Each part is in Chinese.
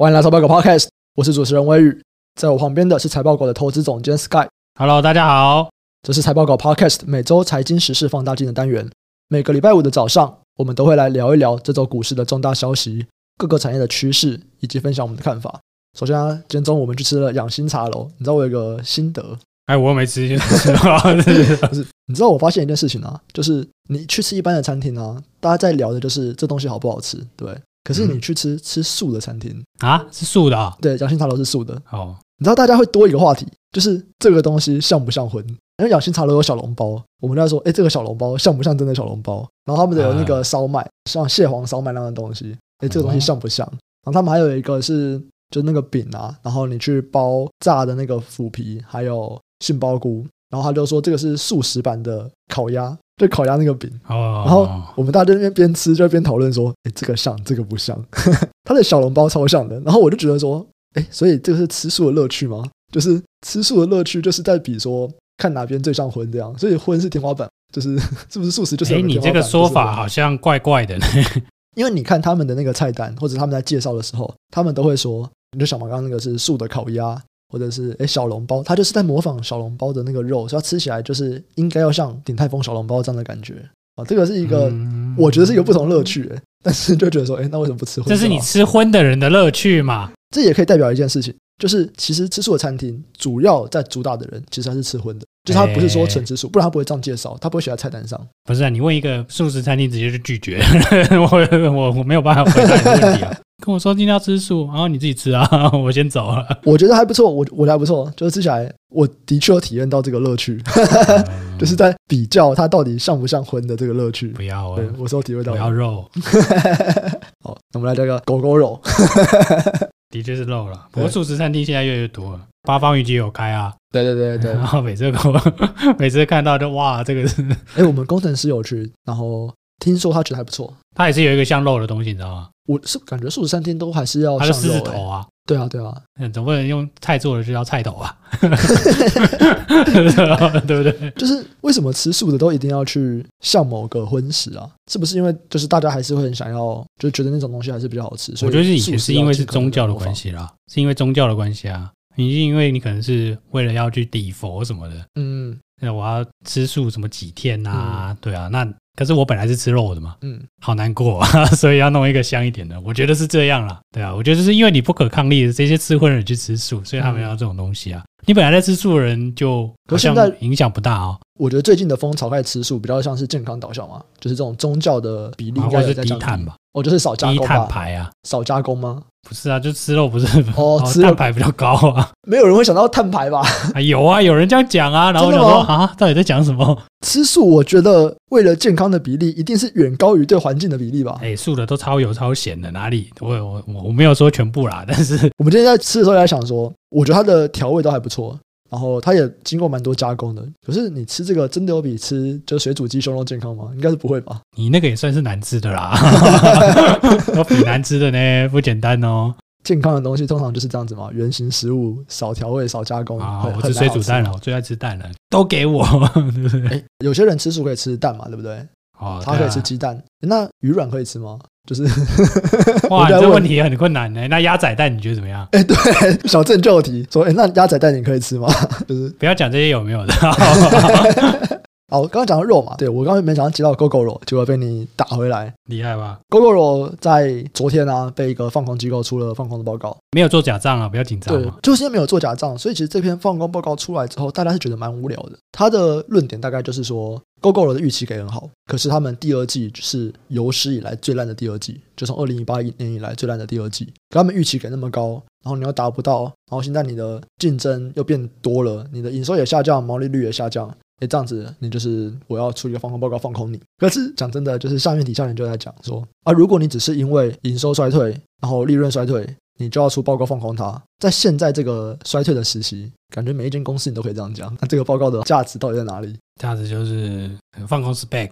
欢迎来到财报狗 Podcast，我是主持人微宇，在我旁边的是财报狗的投资总监 Sky。 Hello，大家好。这是财报狗 Podcast 每周财经时事放大镜的单元，每个礼拜五的早上，我们都会来聊一聊这周股市的重大消息、各个产业的趋势，以及分享我们的看法。首先、啊，今天中午我们去吃了养心茶楼，你知道我有个心得，哎，我又没吃，知道就是你知道我发现一件事情啊，就是你去吃一般的餐厅啊，大家在聊的就是这东西好不好吃，对不对。可是你去吃、吃素的餐厅， 啊，是素的、啊。对，养心茶楼是素的，哦，你知道大家会多一个话题，就是这个东西像不像荤？因为养心茶楼有小笼包，我们在说，哎，这个小笼包像不像真的小笼包？然后他们的有那个烧麦，像蟹黄烧麦那样的东西，哎，这个东西像不像？然后他们还有一个是，就是那个饼啊，然后你去包炸的那个腐皮，还有杏鲍菇，然后他就说这个是素食版的烤鸭，就烤鸭那个饼。哦，然后我们大家在那边边吃就边讨论说，哎，这个像，这个不像。 他的小笼包超像的，然后我就觉得说，哎，所以这个是吃素的乐趣吗？就是吃素的乐趣，就是在比说看哪边最像荤这样，所以荤是天花板，就是 是不是素食就是哎、有个你天花这板个说就是法好像怪怪的呢。因为你看他们的那个菜单，或者他们在介绍的时候，他们都会说，你就想嘛，刚刚那个是素的烤鸭，或者是诶小笼包，它就是在模仿小笼包的那个肉，所以它吃起来就是应该要像鼎泰丰小笼包这样的感觉啊。这个是一个、嗯我觉得是一个不同乐趣、诶但是就觉得说，哎诶，那为什么不吃荤就好？这是你吃荤的人的乐趣嘛？这也可以代表一件事情，就是其实吃素的餐厅主要在主打的人其实还是吃荤的，就是他不是说纯吃素，不然他不会这样介绍，他不会写在菜单上。不是、啊，你问一个素食餐厅直接就拒绝， 我我我没有办法回答你的问题啊。跟我说今天要吃素，然后你自己吃啊， 我先走了。我觉得还不错，我我觉得还不错，就是吃起来我的确有体验到这个乐趣，嗯就是在比较它到底像不像荤的这个乐趣。 不要啊对，，我是有体会到我的。要肉，好，那我们来这个狗狗肉，的确是肉了。不过对素食餐厅现在越来越多了，八方云集有开啊，对对对对。 然后每次跟我每次看到就哇，这个是哎，我们工程师有去，然后听说他觉得还不错。它也是有一个像肉的东西，你知道吗？我是感觉素食餐厅都还是要它像是狮子肉欸头啊，对啊对啊，嗯总不能用菜做的就叫菜头 吧？对不对？就是为什么吃素的都一定要去像某个荤食啊？是不是因为就是大家还是会很想要，就是觉得那种东西还是比较好吃？所我以觉得是以素前食是要因为是尽可能宗教的模仿关，系啦，是因为宗教的关系啊。你是因为你可能是为了要去礼佛什么的，嗯那我要吃素什么几天啊？对啊，那可是我本来是吃肉的嘛，嗯，好难过 啊，所以要弄一个香一点的。我觉得是这样啦，对啊，我觉得就是因为你不可抗力，这些吃荤的人去吃素，所以他们嗯要这种东西啊。你本来在吃素的人就可好是现在像影响不大哦。我觉得最近的风潮开始吃素，比较像是健康导向嘛，就是这种宗教的比例应啊或该者有是在低降低碳吧，哦，就是少加低工碳吧，排啊，少加工吗？不是啊，就吃肉不是哦吃肉碳排比较高 啊没有人会想到碳排吧？ 啊，有啊，有人这样讲啊，然后我真想的说啊，到底在讲什么？吃素，我觉得为了健康的比例，一定是远高于对环境的比例吧。哎，素的都超油超咸的，哪里？我我我我没有说全部啦， 但是我们今天在吃的时候也在想说，我觉得它的调味都还不错，然后它也经过蛮多加工的。可是你吃这个真的有比吃就水煮鸡胸肉健康吗？应该是不会吧？你那个也算是难吃的 啦， 都比难吃的呢，不简单哦。健康的东西通常就是这样子嘛，原型食物少调味少加工，啊，哦很我吃水煮蛋。很难了，好我吃最爱吃蛋了，都给我，对不对？哎，有些人吃素可以吃蛋嘛，对不对？哦，他可对以啊吃鸡蛋，那鱼卵可以吃吗？ 就是哇，我你在这问问题很困难呢。那鸭仔蛋你觉得怎么样？哎，对，小郑就有提说，哎，那鸭仔蛋你可以吃吗？ 就是不要讲这些有没有的， 哦，我刚刚讲到肉嘛，对我刚刚没想到接到狗狗肉，结果被你打回来。厉害吧？ GoGoRo 在昨天啊，被一个放空机构出了放空的报告，没有做假账啊，不要紧张对啊。，就是因为没有做假账，所以其实这篇放空报告出来之后，大家是觉得蛮无聊的。他的论点大概就是说，GoGoRo 的预期给很好，可是他们第二季是有史以来最烂的第二季，就从二零一八年以来最烂的第二季。可他们预期给那么高，然后你又达不到，然后现在你的竞争又变多了，你的营收也下降，毛利率也下降。诶，这样子，你就是我要出一个放空报告放空你。可是讲真的，就是下面底下人就在讲说啊，如果你只是因为营收衰退，然后利润衰退，你就要出报告放空它，在现在这个衰退的时期，感觉每一间公司你都可以这样讲。那这个报告的价值到底在哪里？ 价值就是呃放空 spec。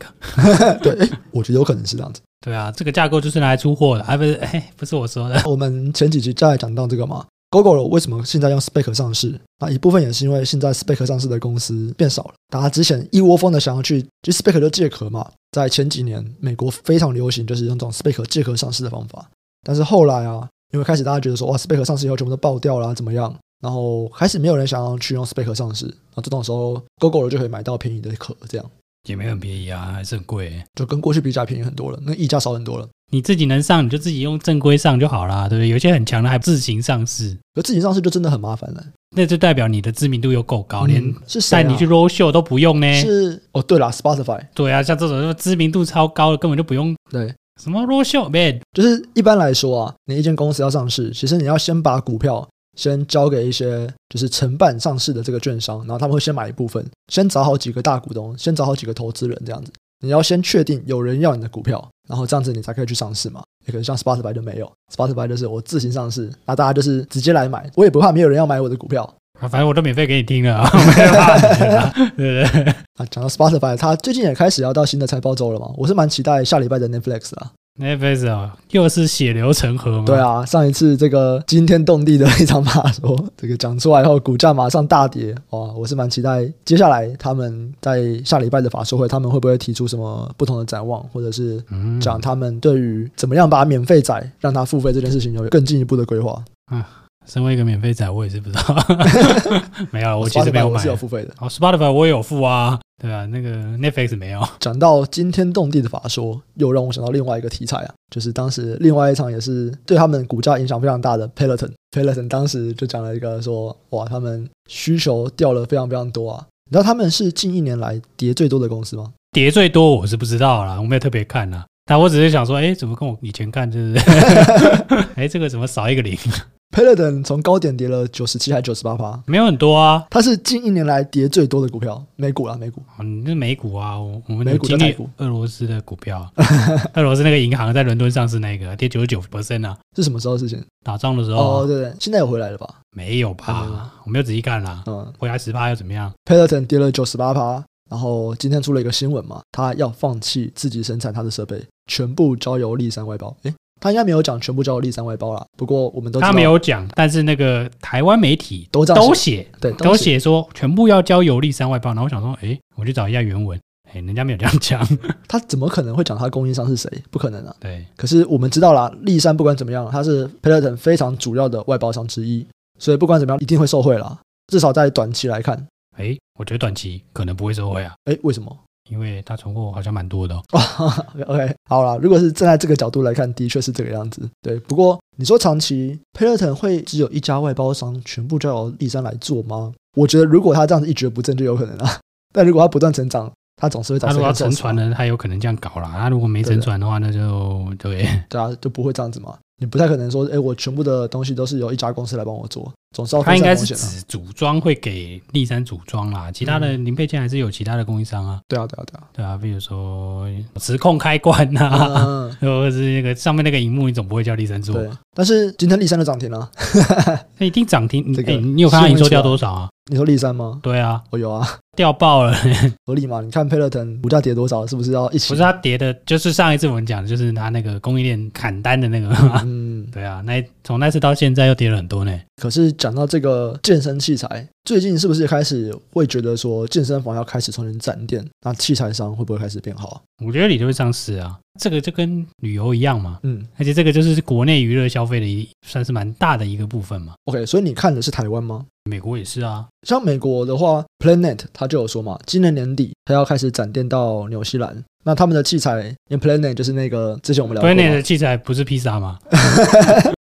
对，诶，我觉得有可能是这样子。对啊，这个架构就是拿来出货的，啊不是， 哎，不是我说的，我们前几集再讲到这个嘛，Google 为什么现在用 Spec 上市？那一部分也是因为现在 Spec 上市的公司变少了，大家之前一窝蜂的想要去，就 Spec 就借壳嘛。在前几年，美国非常流行就是用这种 Spec 借壳上市的方法，但是后来啊，因为开始大家觉得说哇，Spec 上市以后全部都爆掉啦，怎么样？然后开始没有人想要去用 Spec 上市，然后这种时候 GoGo 就可以买到便宜的壳，这样也没很便宜啊，还是很贵欸。就跟过去比价便宜很多了，那溢价少很多了。你自己能上，你就自己用正规上就好啦，对不对？有一些很强的还自行上市，可自己上市就真的很麻烦了，那就代表你的知名度又够高，连嗯是谁、啊？带你去 roll show 都不用呢。是哦，对啦 s p o t i f y 对啊，像这种知名度超高的，根本就不用对，什么 roll show man。就是一般来说啊，你一间公司要上市，其实你要先把股票先交给一些就是承办上市的这个券商，然后他们会先买一部分，先找好几个大股东，先找好几个投资人这样子。你要先确定有人要你的股票，然后这样子你才可以去上市嘛。也可能像 Spotify 就没有，Spotify 就是我自行上市，那大家就是直接来买，我也不怕没有人要买我的股票。啊反正我都免费给你听 了啊，我没有怕你的啦，对不对啊，讲到 Spotify，它最近也开始要到新的财报周了嘛，我是蛮期待下礼拜的 Netflix 啊。 ？Netflix 哦，又是血流成河吗？对，啊，上一次这个惊天动地的一场马说，这个讲出来后，股价马上大跌哇！我是蛮期待接下来他们在下礼拜的法说会，他们会不会提出什么不同的展望，或者是嗯，讲他们对于怎么样把免费仔让他付费这件事情有更进一步的规划？身为一个免费仔，我也是不知道， 没有啊，我其实 Spotify 没有我买是。有付费的。哦，Spotify 我也有付啊，对啊，那个 Netflix 没有。讲到惊天动地的法说，又让我想到另外一个题材啊，就是当时另外一场也是对他们股价影响非常大的 Peloton。Peloton 当时就讲了一个说，哇，他们需求掉了非常非常多啊。你知道他们是近一年来跌最多的公司吗？跌最多我是不知道啦，我没有特别看啦。但我只是想说，哎，怎么跟我以前看就是， 哎，这个怎么少一个零？ Peloton 从高点跌了九十七还九十八趴，没有很多啊，它是近一年来跌最多的股票，美股啦，啊美股。哦你那美股啊，我我们美有股经跟台历股俄罗斯的股票 啊，俄罗斯那个银行在伦敦上市那个跌九十九 percent 啊，是什么时候的事情？打仗的时候、哦，对对，现在有回来了吧？没有还没吧？我没有仔细看啦，嗯回来十趴又怎么样？ ，Peloton 跌了九十八趴，然后今天出了一个新闻嘛，他要放弃自己生产他的设备，全部交由立山外包。诶，他应该没有讲全部交由立山外包啦，不过我们都知道他没有讲，但是那个台湾媒体都这样都写对都写写说全部要交游历山外包，然后我想说，哎，我去找一下原文，哎，人家没有这样讲， 他怎么可能会讲他供应商是谁？不可能啊！对，可是我们知道啦，立山不管怎么样，它是 Peloton 非常主要的外包商之一，所以不管怎么样一定会受惠啦，至少在短期来看。哎，我觉得短期可能不会收回啊，诶，为什么？因为他存货好像蛮多的、哦，哇 ，OK，好啦，如果是站在这个角度来看，的确是这个样子。对，不过你说长期 Peloton 会只有一家外包商全部交由立山来做吗？我觉得如果他这样子一蹶不振，就有可能啊。 但如果他不断成长，他总是会找他如谁果要来沉船的，呢，他有可能这样搞啦，他如果没对的沉船的话，那就对。对啊，就不会这样子嘛。你不太可能说，哎，我全部的东西都是由一家公司来帮我做，总是要它分应该散风是险啊。指组装会给立山组装啦，其他的嗯零配件还是有其他的供应商啊，对啊，对啊，对啊。对啊，比如说磁控开关呐、 啊，嗯， 或者是那个上面那个荧幕，你总不会叫立山做，对。但是今天立山就涨停啊了，那一定涨停。你这个哎你有看到营收掉多少啊？ 你说立山吗？对啊，我、有啊， 掉爆了。 合理嘛？你看 Peloton 股价跌多少，是不是要一起？不是啊它跌的，就是上一次我们讲的，就是它那个供应链砍单的那个。 嗯，对啊，那一从那次到现在又跌了很多呢。可是讲到这个健身器材，最近是不是开始会觉得说健身房要开始重新展店，那器材商会不会开始变好？啊我觉得你就会上市啊，这个就跟旅游一样嘛，嗯而且这个就是国内娱乐消费的一算是蛮大的一个部分嘛。 ，OK，所以你看的是台湾吗？美国也是啊，像美国的话，Planet 它就有说嘛，今年年底它要开始展店到纽西兰。那他们的器材，因为 Planet 就是那个之前我们聊过 Planet 嘛的器材不是披萨吗？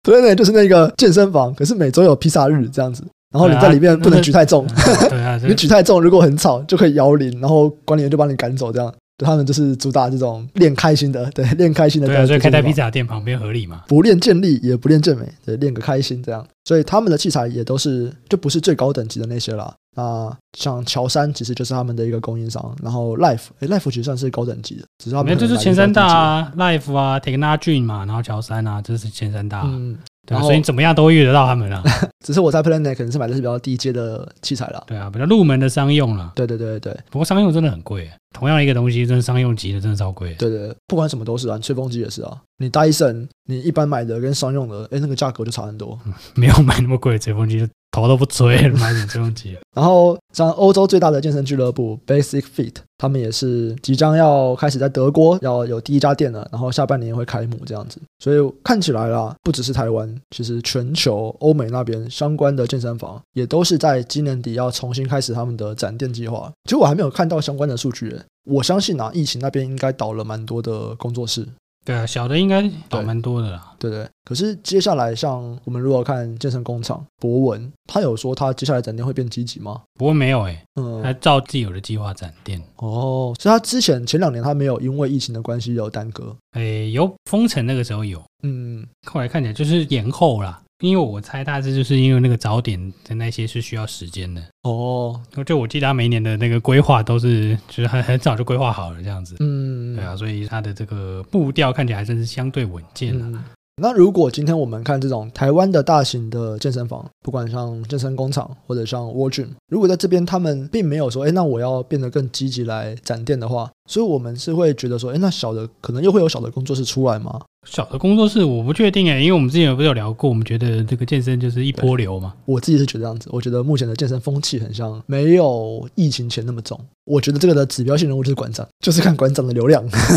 ，Planet 就是那个健身房，可是每周有披萨日这样子，然后你对啊在里面不能举太重， 对 啊，哦你举太重，如果很吵，就可以摇铃，然后管理员就把你赶走。这样，对他们就是主打这种练开心的，对，练开心的这对样啊，子。所以开在披萨店旁边合理嘛？不练健力，也不练健美，对，练个开心这样。所以他们的器材也都是就不是最高等级的那些啦。那像乔山其实就是他们的一个供应商，然后 Life，哎，Life 其实算是高等级的，只是他没们有，可就能是来前自三大低级啊，Life 啊，Technogym 嘛，然后乔三啊，这是前三大的。啊，嗯，对然啊，后所以你怎么样都会遇得到他们啊。只是我在 Planet 可能是买的是比较低阶的器材啦。对啊，比较入门的商用了，对对对对不过商用真的很贵，啊同样一个东西，真的商用级的真的超贵。对对，不管什么都是啊，你吹风机也是啊。你 Dyson，你一般买的跟商用的，哎，那个价格就差很多。没有买那么贵的吹风机，就头都不吹，买什么吹 风机？然后像欧洲最大的健身俱乐部 Basic Fit，他们也是即将要开始在德国要有第一家店了，然后下半年会开幕这样子。所以看起来啦，不只是台湾，其实全球欧美那边相关的健身房也都是在今年底要重新开始他们的展店计划。其实我还没有看到相关的数据耶，我相信啊，疫情那边应该倒了蛮多的工作室。对啊，小的应该倒蛮多的啦。对不对？可是接下来，像我们如果看健身工厂博文，他有说他接下来展店会变积极吗？不过没有哎、嗯，还照自己有的计划展店。哦，所以他之前前两年他没有因为疫情的关系有耽搁，哎、有封城那个时候有，嗯，后来看起来就是延后啦。因为我猜大致就是因为那个早点的那些是需要时间的，哦，就我记得他每一年的那个规划都是，就是很很早就规划好了这样子。嗯，对啊，所以它的这个步调看起来还真是相对稳健啊。嗯。那如果今天我们看这种台湾的大型的健身房，不管像健身工厂或者像 w a r Gym，如果在这边他们并没有说，哎，那我要变得更积极来展店的话，所以我们是会觉得说，哎，那小的可能又会有小的工作室出来吗？小的工作室我不确定哎、因为我们之前有不是有聊过，我们觉得这个健身就是一波流 嘛。我自己是觉得这样子，我觉得目前的健身风气很像没有疫情前那么重。我觉得这个的指标性人物就是馆长，就是看馆长的流量。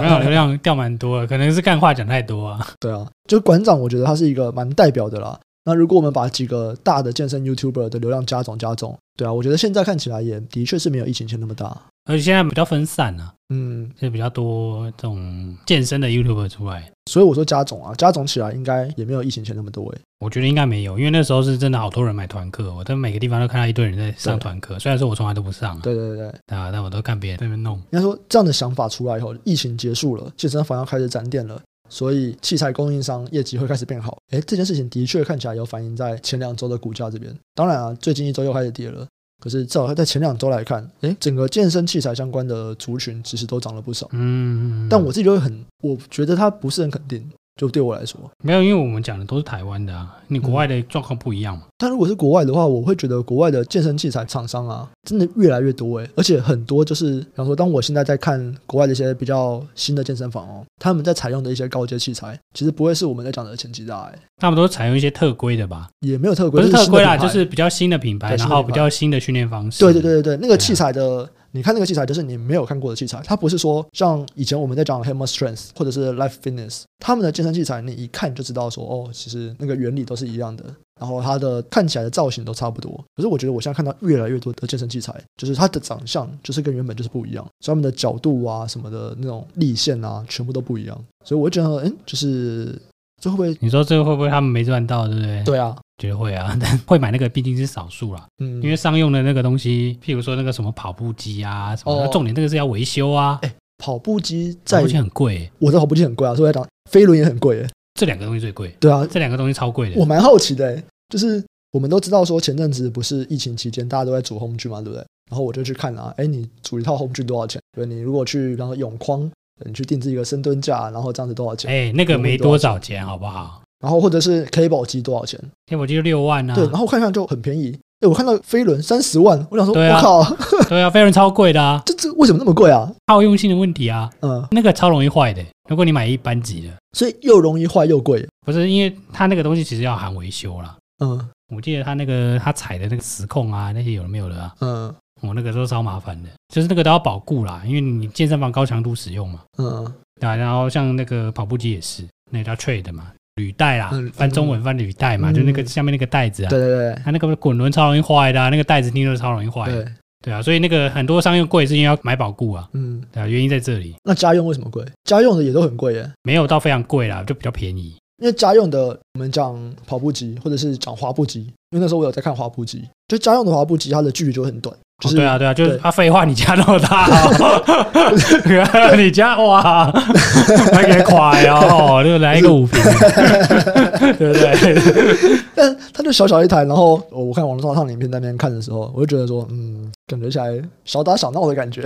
没有流量掉蛮多的，可能是干话讲太多啊。对啊，就馆长，我觉得他是一个蛮代表的啦。那如果我们把几个大的健身 YouTuber 的流量加总加总，对啊，我觉得现在看起来也的确是没有疫情前那么大。而且现在比较分散啊，嗯，现在比较多这种健身的 YouTube 出来，所以我说加总啊，加总起来应该也没有疫情前那么多欸诶、我觉得应该没有，因为那时候是真的好多人买团课，哦我在每个地方都看到一堆人在上团课，虽然说我从来都不上啊，对对对，啊，但我都看别人在那边弄。应该说这样的想法出来以后，疫情结束了，健身房要开始展店了。所以器材供应商业绩会开始变好，诶，这件事情的确看起来有反映在前两周的股价这边。当然啊，最近一周又开始跌了，可是至少在前两周来看，诶，整个健身器材相关的族群其实都涨了不少。嗯，但我自己就会很，我觉得他不是很肯定。就对我来说，没有，因为我们讲的都是台湾的啊，你国外的嗯状况不一样嘛。但如果是国外的话，我会觉得国外的健身器材厂商啊，真的越来越多诶、而且很多就是，比方说，当我现在在看国外的一些比较新的健身房哦，他们在采用的一些高阶器材，其实不会是我们在讲的前几大诶、他们都采用一些特规的吧，也没有特不规，是特新的规啦，品牌就是比较新的品牌，对然新的后品牌比较新的训练方式。对对对对对，那个对啊器材的，你看那个器材就是你没有看过的器材，它不是说像以前我们在讲 Hammer Strength 或者是 Life Fitness，他们的健身器材你一看就知道说，哦，其实那个原理都是一样的，然后它的看起来的造型都差不多。可是我觉得我现在看到越来越多的健身器材，就是它的长相就是跟原本就是不一样，所以他们的角度啊什么的那种立线啊，全部都不一样。所以我就觉得，嗯，就是这会不会？你说这个会不会他们没赚到，对不对？，对啊，觉得会啊，但会买那个毕竟是少数啦，嗯，因为商用的那个东西，譬如说那个什么跑步机啊，什么，哦那重点那个是要维修啊，跑步机跑在步机很贵欸、我的跑步机很贵啊，所以我在讲飞轮也很贵耶，这两个东西最贵，对啊，这两个东西超贵的。我蛮好奇的、欸，就是我们都知道说前阵子不是疫情期间大家都在煮 home 剧嘛，对不对？然后我就去看啊，哎，你煮一套 home 剧多少钱？对，你如果去然后永康，你去定制一个深蹲架，然后这样子多少钱？哎、那个没多少钱，好不好？然后或者是 cable 机多少钱？天我就六万啊，对，然后看看就很便宜。哎，我看到飞轮三十万，我想说，我、对啊靠， 对啊，飞轮超贵的啊，这这为什么那么贵啊？耗用性的问题啊，嗯，那个超容易坏的。如果你买一般级的，所以又容易坏又贵。不是因为它那个东西其实要含维修啦。嗯我记得它那个它踩的那个磁控啊，那些有的没有的啊，嗯我那个都超麻烦的，就是那个都要保固啦，因为你健身房高强度使用嘛，嗯，对、啊、然后像那个跑步机也是，那个叫 trade 嘛，履带啦嗯，翻中文翻履带嘛，嗯就那个下面那个带子啊，对对它那个滚轮超容易坏的、啊，那个带子听说超容易坏对的。对，对啊，所以那个很多商用贵是因为要买保固啊，嗯，对啊，原因在这里，那家用为什么贵？家用的也都很贵耶、没有到非常贵啦，就比较便宜。因为家用的，我们讲跑步机或者是讲滑步机，因为那时候我有在看滑步机，就家用的滑步机，它的距离就会很短，就哦是、对啊，对啊，就是对啊，废话，你家那么 大、哦，你家哇，还给垮哦，就来一个五瓶，对不对？但它就小小一台，然后哦我我看网络上的影片在那边看的时候，我就觉得说，嗯，感觉起来小打小闹的感觉，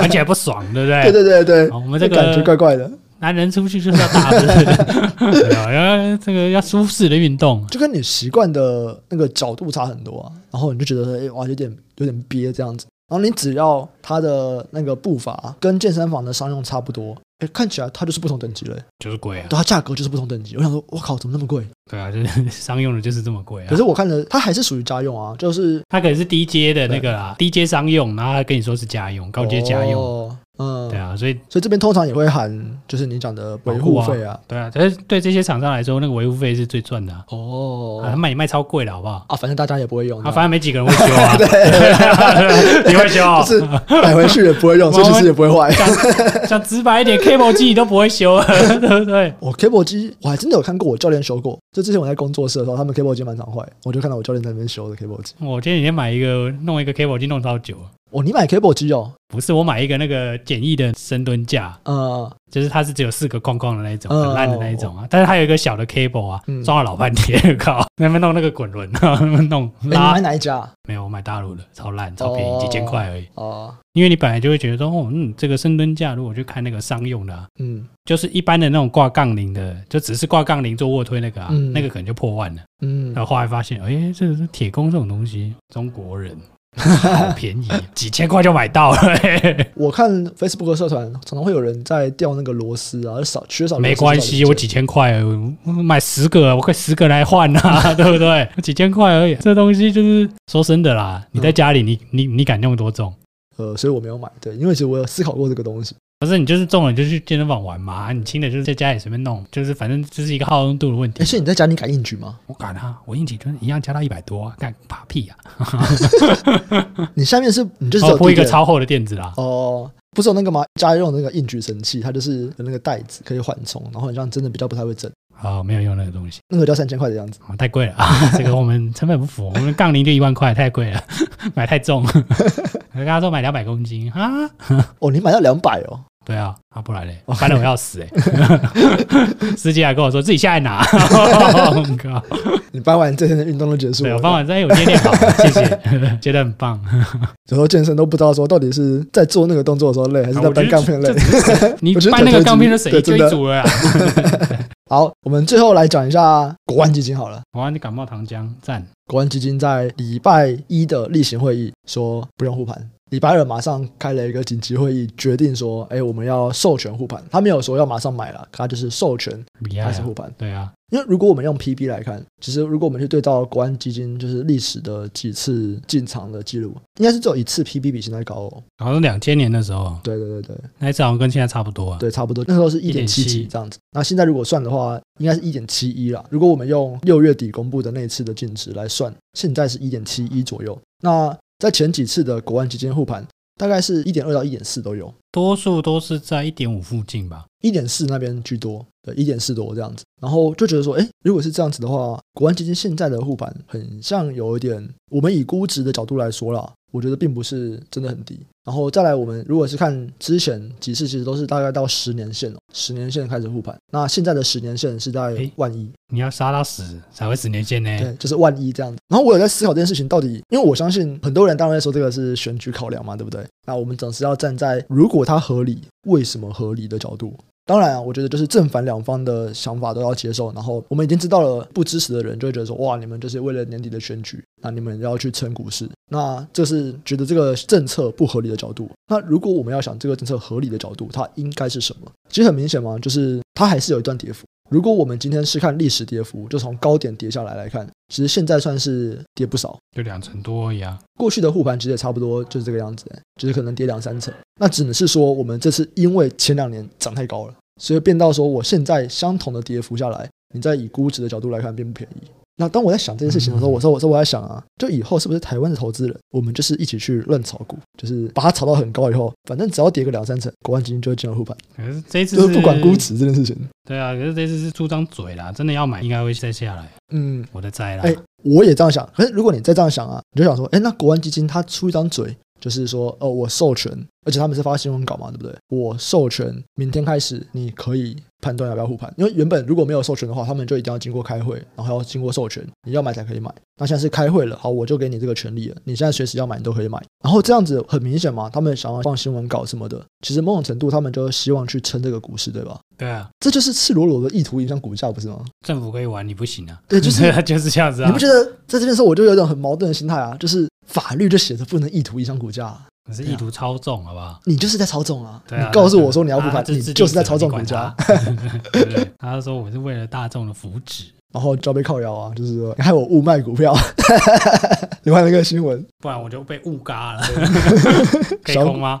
而且还不爽，对 不对对？对对对，哎哦好我们这感觉个怪怪的，男人出去就是要大奔，对啊，然后这个要舒适的运动，就跟你习惯的那个角度差很多啊，然后你就觉得，哎，哇，有点有点憋这样子。然后你只要它的那个步伐跟健身房的商用差不多，哎，看起来它就是不同等级了、欸，就是贵啊对，，它价格就是不同等级。我想说，我靠，怎么那么贵？对啊，就是商用的就是这么贵啊可。是我看了，它还是属于家用啊，就是它可能是低阶的那个啦，低阶商用，然后他跟你说是家用，高阶家用，哦嗯，对啊，所以所以这边通常也会喊，就是你讲的维护费啊。对啊，但是对这些厂商来说，那个维护费是最赚的啊，哦啊他卖也卖超贵了，好不好？啊，反正大家也不会用，啊，反正没几个人会 修啊，对 你会修哦？啊就是买回去也不 会用，所以其实也不会坏。讲讲直白一点，cable 机你都不会修了， 对不对？我 cable 机我还真的有看过我教练修过，就之前我在工作室的时候，他们 cable 机蛮常坏，我就看到我教练在那边修的 cable 机。我前几天买一个弄一个 cable 机弄超久，哦，你买 cable 机哦，不是我买一个那个简易的深蹲架，呃，就是它是只有四个框框的那一种，嗯很烂的那一种啊，但是它有一个小的 cable 啊嗯，装了老半天， 靠，那边弄那个滚轮，啊那边弄哎你买拉，哪一家啊没有，我买大陆的，超烂，超便宜，哦几千块而已。？哦因为你本来就会觉得说，哦，嗯，这个深蹲架如果去看那个商用的啊、嗯就是一般的那种挂杠铃的，就只是挂杠铃做卧推那个啊，嗯那个可能就破万了。嗯然，后后来发现，哎、这个是铁工这种东西，中国 人好便宜，几千块就买到了、嘿我看 Facebook 社团常常会有人在掉那个螺丝啊，少缺少螺丝 没关系，少我螺丝几千块而已，我买十个，我快十个来换 啊，对不对？几千块而已，这东西就是说真的啦，你在家里你，你你敢用多重？呃，所以我没有买，对，因为其实我有思考过这个东西。不是你就是重了，你就去健身房玩嘛，啊你轻的就是在家里随便弄，就是反正这是一个好动度的问题哎，。所以你在家你敢硬举吗？我敢啊，我硬体就是一样加到一百多、啊，干怕屁啊！你下面哎是你就是只我有哦铺一个地垫超厚的垫子啦，哦，不是有那个吗？家用的那个硬举神器，它就是有那个带子可以缓冲，然后你这样真的比较不太会震，啊、没有用那个东西。那个要三千块的样子。啊，太贵了 啊！这个我们成本不符，我们杠铃就一万块，太贵了， 买太重。我跟他说买两百公斤啊，哦，你买到两百哦，对啊，啊不然嘞，烦的我要死哎、欸 司机还跟我说自己下来拿， 我靠！ 你搬完这天的运动都结束对了。我帮晚上有接练好，谢谢， 觉得很棒。有时候健身都不知道说到底是在做那个动作的时候累，还是在啊我觉搬得杠片累这。 你我觉得搬那腿个推杠片的肌水对就真的一组 了啦。啊好，我们最后来讲一下国安基金好了。我让你感冒糖浆赞，国安基金在礼拜一的例行会议说不用护盘，礼拜二马上开了一个紧急会议，决定说，哎，我们要授权护盘。他没有说要马上买了，他就是授权厉害开始啊护！盘。对啊，因为如果我们用 PB 来看，其实如果我们去对照国安基金就是历史的几次进场的记录，应该是只有一次 PB 比现在高哦。好像两千年的时候，对对对对那一次好像跟现在差不多啊。对，差不多，那时候是一点七几1.7这样子。那现在如果算的话，应该是一点七一啦。如果我们用六月底公布的那一次的净值来算，现在是一点七一左右。那在前几次的国安基金护盘，大概是一点二到一点四都有，多数都是在一点五附近吧。一点四那边居多，对，一点四多这样子。然后就觉得说，哎，如果是这样子的话，国安基金现在的护盘很像有一点，我们以估值的角度来说啦，我觉得并不是真的很低。然后再来，我们如果是看之前几次，其实都是大概到十年线哦，十年线开始护盘。那现在的十年线是在诶万一，你要杀到死才会十年线呢。对，就是万一这样子。然后我有在思考这件事情到底，因为我相信很多人当然会说这个是选举考量嘛，对不对？那我们总是要站在如果它合理，为什么合理的角度。当然啊，我觉得就是正反两方的想法都要接受。然后我们已经知道了不支持的人就会觉得说，哇，你们就是为了年底的选举，那你们要去撑股市。那这是觉得这个政策不合理的角度。那如果我们要想这个政策合理的角度，它应该是什么？其实很明显嘛，就是它还是有一段跌幅。如果我们今天是看历史跌幅，就从高点跌下来来看，其实现在算是跌不少。就两成多而已啊。过去的护盘其实也差不多就是这个样子、就是可能跌两三成。那只能是说，我们这次因为前两年涨太高了，所以变到说我现在相同的跌幅下来，你再以估值的角度来看，并不便宜。那当我在想这件事情的时候，嗯我说我说我在想啊，就以后是不是台湾的投资人，我们就是一起去乱炒股，就是把它炒到很高以后，反正只要跌个两三成，国安基金就会进入护盘，可是这一次就是不管估，值这件事情。对啊，可是这次是出张嘴啦，真的要买应该会再下来，嗯，我的灾啦。哎我也这样想。可是如果你再这样想啊，你就想说，哎，那国安基金它出一张嘴，就是说，哦，我授权，而且他们是发新闻稿嘛，对不对？我授权，明天开始你可以判断要不要护盘，因为原本如果没有授权的话，他们就一定要经过开会，然后要经过授权，你要买才可以买。那现在是开会了，好，我就给你这个权利了，你现在随时要买你都可以买。然后这样子很明显嘛，他们想要放新闻稿什么的，其实某种程度他们就希望去撑这个股市，对吧？对啊，这就是赤裸裸的意图影响股价，不是吗？政府可以玩，你不行啊。对就是 就是这样子啊。你不觉得在这边的时候，我就有一种很矛盾的心态啊？就是法律就写着不能意图影响股价啊、你是意图操纵，好不好？你就是在操纵啊！对啊你告诉我说你要复他盘，就你制定就是在者操纵你股管价，他 对不对？他说我是为了大众的福祉，然后就要被靠腰啊！就是说，害我误卖股票， 你看那个新闻，不然我就被误嘎 了。可以小空吗？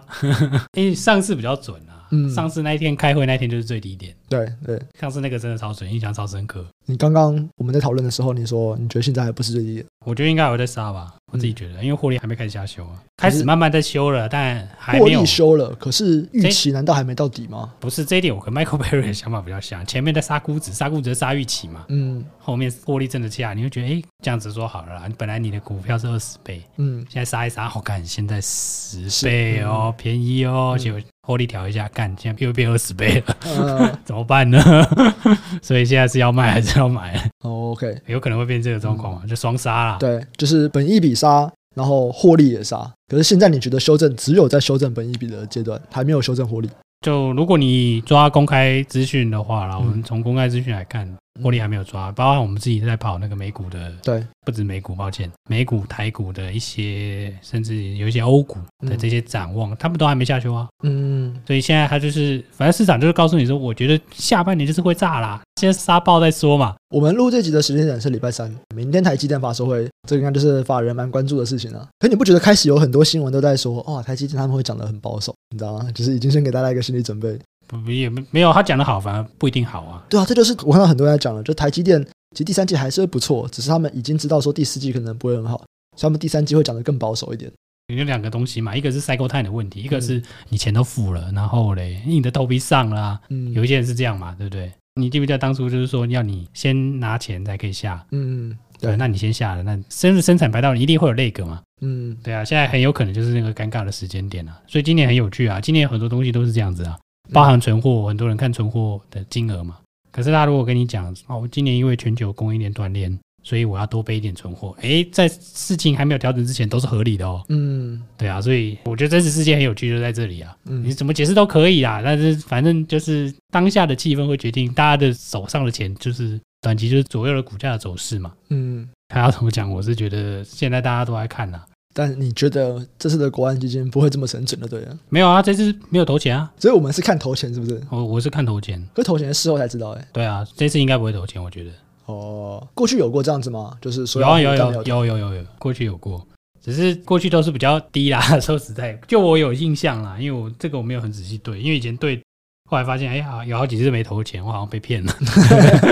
因为上次比较准啊，嗯上次那一天开会那天就是最低点，对对，上次那个真的超准，印象超深刻。你刚刚我们在讨论的时候，你说你觉得现在还不是最低点，我觉得应该还会再杀吧，我自己觉得，因为获利还没开始下修啊，开嗯可始是慢慢在修了，但还获没有利修了，可是预期难道还没到底吗？不是这一点，我跟 Michael Berry 的想法比较像，前面在杀估值，杀估值是杀预期嘛，嗯后面获利真的下来，你会觉得哎、诶这样子说好了啦，本来你的股票是二十倍，嗯，现在杀一杀，好、干，现在十倍哦，便宜嗯哦，结果获利调一下，干，现在又变二十倍了，呃 怎么办呢？ 所以现在是要卖还是要买？ 哦，OK，有可能会变这个状况嘛，就双杀啦。嗯对，就是本益比杀，然后获利也杀，可是现在你觉得修正只有在修正本益比的阶段，还没有修正获利，就如果你抓公开资讯的话啦，嗯我们从公开资讯来看，获利还没有抓，包括我们自己在跑那个美股的，对，不止美股，抱歉，美股、台股的一些，甚至有一些欧股的这些展望，他们都还没下修啊。嗯，所以现在它就是，反正市场就是告诉你说，我觉得下半年就是会炸啦，先杀爆再说嘛。我们录这集的时间点是礼拜三，明天台积电法说会，这个应该就是法人蛮关注的事情了、可你不觉得开始有很多新闻都在说，哦，台积电他们会讲得很保守，你知道吗？就是已经先给大家一个心理准备。不不也没没有他讲的好，反而不一定好啊。对啊，这就是我看到很多人在讲了，就台积电其实第三季还是会不错，只是他们已经知道说第四季可能不会很好，所以他们第三季会讲得更保守一点。有两个东西嘛，一个是 cycle time 的问嗯题，一个是你钱都付了，然后嘞，你的头皮上了啊、嗯，有一些人是这样嘛，对不对？你记不记得当初就是说要你先拿钱才可以下？嗯对那你先下了，那甚至生产白道你一定会有那个嘛？嗯，对啊，现在很有可能就是那个尴尬的时间点啊。所以今年很有趣啊，今年很多东西都是这样子啊，嗯包含存货，很多人看存货的金额嘛。可是他如果跟你讲哦，今年因为全球供应链断裂，所以我要多备一点存货，诶，在事情还没有调整之前都是合理的哦。嗯对啊，所以我觉得真实世界很有趣，就在这里啊。你嗯怎么解释都可以啦，但是反正就是当下的气氛会决定大家的手上的钱，就是短期就是左右了股价的走势嘛。嗯，还要怎么讲？我是觉得现在大家都在看啊啦、但你觉得这次的国安基金不会这么神准的，对了，没有啊，这次没有投钱啊，所以我们是看头钱是不是？我我是看投钱，可头钱是事后才知道哎、对啊，这次应该不会投钱，我觉得哦，过去有过这样子吗？就是说有啊要股有但没有有有有有，过去有过，只是过去都是比较低啦， 说实在，就我有印象啦，因为我这个我没有很仔细对，因为以前对。后来发现，哎呀，有好几次没投钱，我好像被骗了。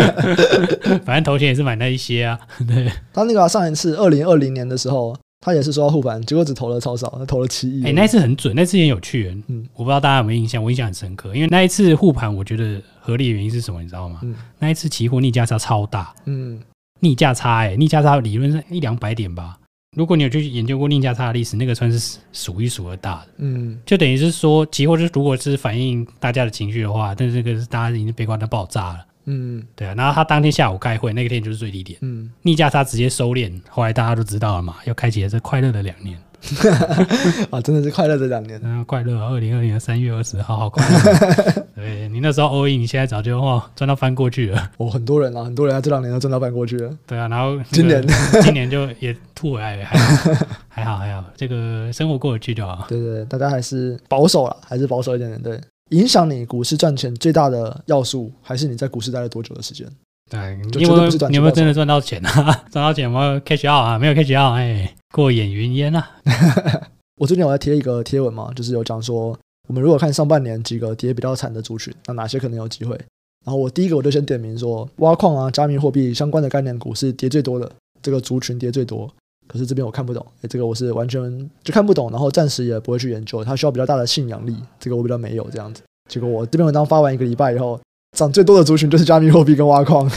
反正投钱也是买那一些啊，对。他那个啊、上一次二零二零年的时候，他也是说要护盘，结果只投了超少，他投了七亿。哎、那一次很准，那次很有趣。嗯嗯，我不知道大家有没有印象，我印象很深刻，因为那一次护盘，我觉得合理的原因是什么，你知道吗？嗯那一次期货逆价差超大，嗯逆价差哎、逆价差理论是一两百点吧。如果你有去研究过逆价差的历史，那个算是数一数二大的。嗯就等于是说，期货就是如果是反映大家的情绪的话，但是这个是大家已经悲观到爆炸了，嗯对啊。然后他当天下午开会，那个天就是最低点，嗯，逆价差直接收敛，后来大家都知道了嘛，又开启了这快乐的两年。啊，真的是快乐这两年。嗯，快乐啊！二零二零年三月二十号，好快乐。哦对你那时候 all in，你现在早就哇赚到翻过去了。我、很多人啊，很多人啊，这两年都赚到翻过去了。对啊，然后、今年今年就也吐回来了，还好还好还好，这个生活过得去就好。对对对，大家还是保守了，还是保守一点点。对，影响你股市赚钱最大的要素，还是你在股市待了多久的时间。对，啊就你绝对有没有不是短期你有没有暴走真的赚到钱啊？ 赚到钱有没有 catch out 啊？没有 catch out，哎，过眼云烟啊。 我最近有在贴一个贴文嘛，就是有讲说，我们如果看上半年几个跌比较惨的族群，那哪些可能有机会？然后我第一个我就先点名说，挖矿啊、加密货币相关的概念股是跌最多的，这个族群跌最多。可是这边我看不懂，哎诶，这个我是完全就看不懂，然后暂时也不会去研究，它需要比较大的信仰力，这个我比较没有这样子。结果我这篇文章发完一个礼拜以后，涨最多的族群就是加密货币跟挖矿，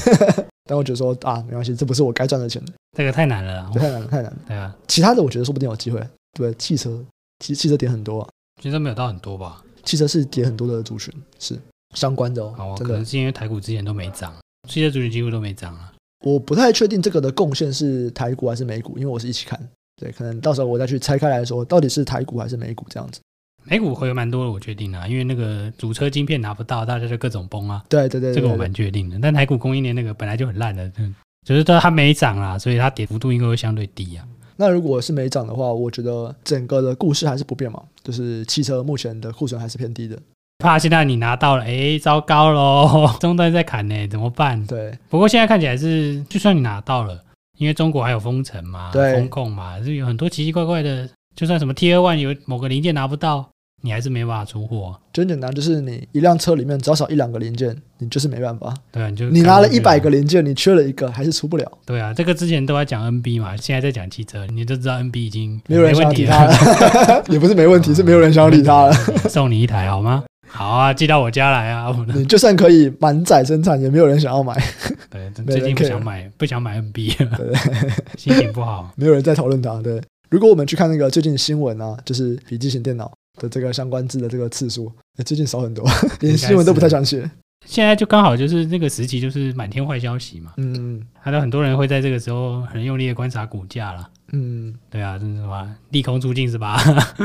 但我觉得说啊，没关系，这不是我该赚的钱，这个太难了啦，这太难了，太难了。对啊，其他的我觉得说不定有机会，对，汽车，其实汽车点很多啊。其实没有到很多吧。汽车是跌很多的族群，是相关的好哦，啊，真可的能。是因为台股之前都没涨，世界主群几乎都没涨啊。我不太确定这个的贡献是台股还是美股，因为我是一起看。对，可能到时候我再去拆开来说，到底是台股还是美股这样子。美股会有蛮多的，我确定啊，因为那个主车晶片拿不到，大家就各种崩啊。对对对这对个我对蛮确定的。但台股供应链那个本来就很烂的，嗯，只是它它没涨啦，所以它跌幅度应该会相对低啊。那如果是没涨的话，我觉得整个的故事还是不变嘛，就是汽车目前的库存还是偏低的。怕现在你拿到了，哎，糟糕喽， 终端在砍呢，怎么办？对，不过现在看起来是，就算你拿到了，因为中国还有封城嘛，对封控嘛，是有很多奇奇怪怪的，就算什么 T 二 one 有某个零件拿不到，你还是没办法出货，就很简单，就是你一辆车里面只要少一两个零件，你就是没办法。对啊，你就你拿了一百个，个零件，你缺了一个还是出不了，对啊，这个之前都在讲 NB 嘛，现在在讲汽车，你就知道 NB 已经没有人想要问题理他 了，啊了，也不是没问题，是没有人想要理他了。 送你一台好吗？好啊，寄到我家来啊！我的你就算可以满载生产，也没有人想要买， 对，没人 最近不 care 想买，不想买 NB 了，对 心情不好。没有人在讨论它。对，如果我们去看那个最近新闻啊，就是笔记型电脑的这个相关字的这个次数，呃最近少 很多，连新闻都不太想写。现在就刚好就是那个时期，就是满天坏消息嘛，嗯还有很多人会在这个时候很用力的观察股价啦。嗯，对啊，真是吧？利空出尽是吧？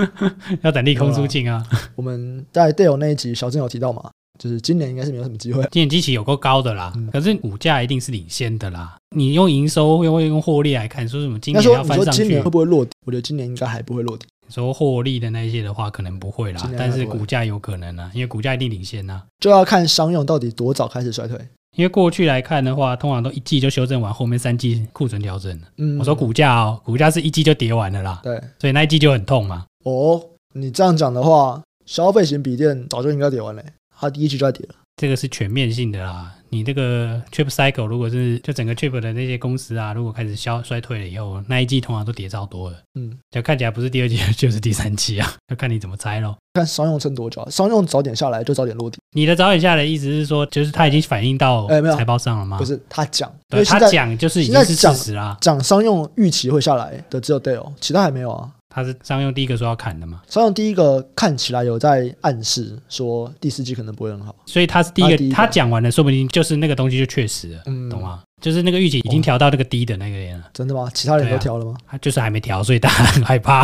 要等利空出尽啊！我们在 Dale 那一集小郑有提到嘛，就是今年应该是没有什么机会。今年基期有够高的啦，嗯可是股价一定是领先的啦。你用营收又会用获利来看，说什么今应该说，年要你翻说上今去年会，不会落地？我觉得今年应该还不会落地。说获利的那一些的话，可能不会啦今，年还但不会是股价有可能啊，因为股价一定领先啊。就要看商用到底多早开始衰退。因为过去来看的话，通常都一季就修正完，后面三季库存调整。嗯，我说股价哦，股价是一季就跌完了啦，对所以那一季就很痛嘛。哦，你这样讲的话，消费型笔电早就应该跌完了，它第一季就在跌了。这个是全面性的啦。你这个 chip cycle 如果是就整个 chip 的那些公司啊，如果开始消衰退了以后，那一季通常都跌超多了。嗯，就看起来不是第二季就是第三季啊， 就看你怎么猜咯。看商用撑多久啊，商用早点下来就早点落地，你的早点下来的意思是说，就是它已经反映到哎没有财报上了吗？不，是他讲，因啊对为现他在讲就是已经是现在讲事实啦。讲商用预期会下来的只有 Dell，其他还没有啊。他是商用第一个说要砍的嘛，商用第一个看起来有在暗示说第四季可能不会很好，所以他是第一他啊第一个，个他讲完了，说不定就是那个东西就确实了，嗯，懂？啊吗？就是那个预期已经调到那个低的那个点了。真的吗？其他人对都啊调了吗？他就是还没调，所以大家很害怕、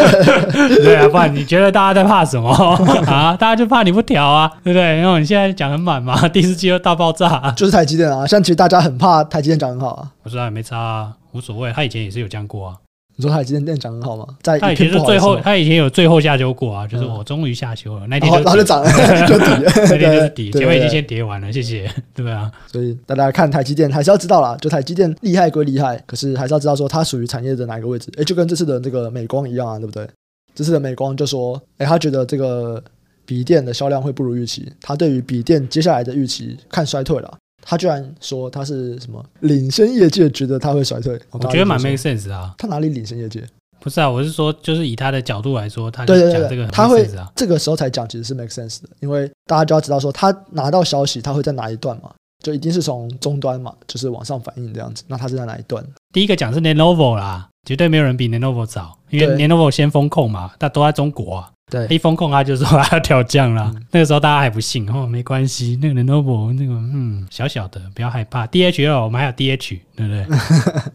对啊，不然你觉得大家在怕什么 啊？大家就怕你不调啊，对不对？因为你现在讲很满嘛， 第四季又大爆炸、就是台积电啊，像其实大家很怕台积电涨很好啊。我说他也没差、啊，无所谓。他以前也是有这样过啊，你说台积电涨很好吗？在他以一片前是不好的最时候后，，他以前有最后下修过啊，就是嗯我终于下修了，那然天后就然后就 涨了，就底了，那天就是对底，对结尾已对经先跌完了，谢 谢，对啊，所以大家看台积电还是要知道啦，就台积电厉害归厉害，可是还是要知道说它属于产业的哪一个位置。诶，就跟这次的这个美光一样啊，对不对？这次的美光就说，诶，他觉得这个笔电的销量会不如预期，他对于笔电接下来的预期看衰退了。他居然说他是什么领先业界，觉得它会衰退。我我刚刚觉得蛮就说 make sense 的啊。他哪里领先业界？不是啊，我是说，就是以他的角度来说，他就对对讲对这对，个很他 make 会 sense 啊。这个时候才讲，其实是 make sense 的，因为大家就要知道说，他拿到消息，他会在哪一段嘛，就一定是从终端嘛，就是往上反应这样子。那他是在哪一段？第一个讲是 Lenovo 啦，绝对没有人比 Lenovo 早，因为对 Lenovo 先风控嘛，但都在中国啊。对一风控他就说他要调降啦，嗯那个时候大家还不信哦，没关系，那个 Lenovo 那个嗯小小的，不要害怕。DHL 我们还有 DH，对不对？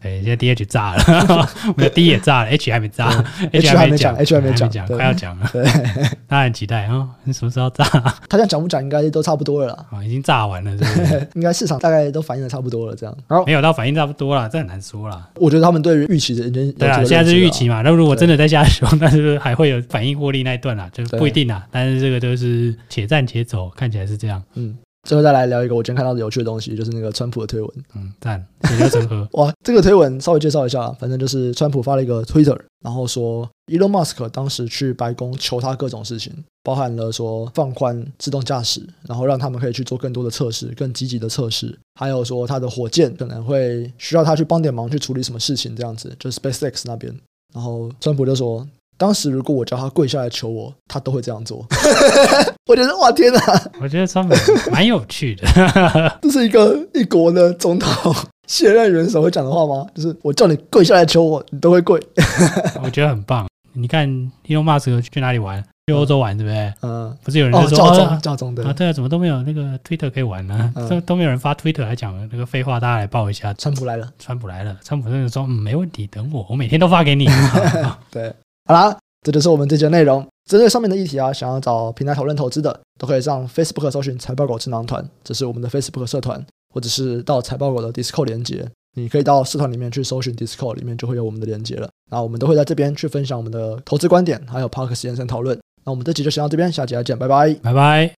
对，现在 DH 炸了， 我们的 D 也炸了，H 还没炸 H 还还没讲讲，H 还没讲讲，对快要讲了，对， 大家很期待哦，你什么时候炸？他这样讲不讲应该都差不多了啦，哦，已经炸完了，是 不是？应该市场大概都反映的差不多了这样。然后没有到反应差不多啦，这很难说啦。我觉得他们对于预期的已经有对啊，这个现在认知是了预期嘛。那如果对真的在下修，那是不是还会有反应获利那一段啦？就是不一定啦。但是这个就是且战且走，看起来是这样。嗯。最后再来聊一个我今天看到的有趣的东西，就是那个川普的推文。。嗯，赞，血流成河哇，这个推文稍微介绍一下，啊反正就是川普发了一个 Twitter，然后说 Elon Musk 当时去白宫求他各种事情，包含了说放宽自动驾驶，然后让他们可以去做更多的测试，更积极的测试，还有说他的火箭可能会需要他去帮点忙去处理什么事情，这样子就是 SpaceX 那边。然后川普就说，当时如果我叫他跪下来求我，他都会这样做。 我觉得哇天哪， 我觉得川普蛮有趣的，这是一个一国的总统卸任元首会讲的话吗？ 就是我叫你跪下来求我，你都会跪。我觉得很棒。你看 Elon Musk 去哪里玩？去欧洲玩，对不对？嗯，不是有人哦，就说教啊宗，教宗啊，的对啊，怎么都没有那个 Twitter 可以玩呢？嗯都都没有人发 Twitter 来讲那个废话，大家来报一下。川普来了。川普来了，川普真的说，嗯，没问题，等我，我每天都发给你。对，好啦，这就是我们这节内容。针对上面的议题啊，想要找平台讨论投资的，都可以上 Facebook 搜寻“财报狗智囊团”，这是我们的 Facebook 社团，或者是到财报狗的 Discord 连接。你可以到社团里面去搜寻 Discord，里面就会有我们的连接了。那我们都会在这边去分享我们的投资观点，还有 Park 实验生讨论。那我们这集就先到这边，下集再见，拜拜。拜拜。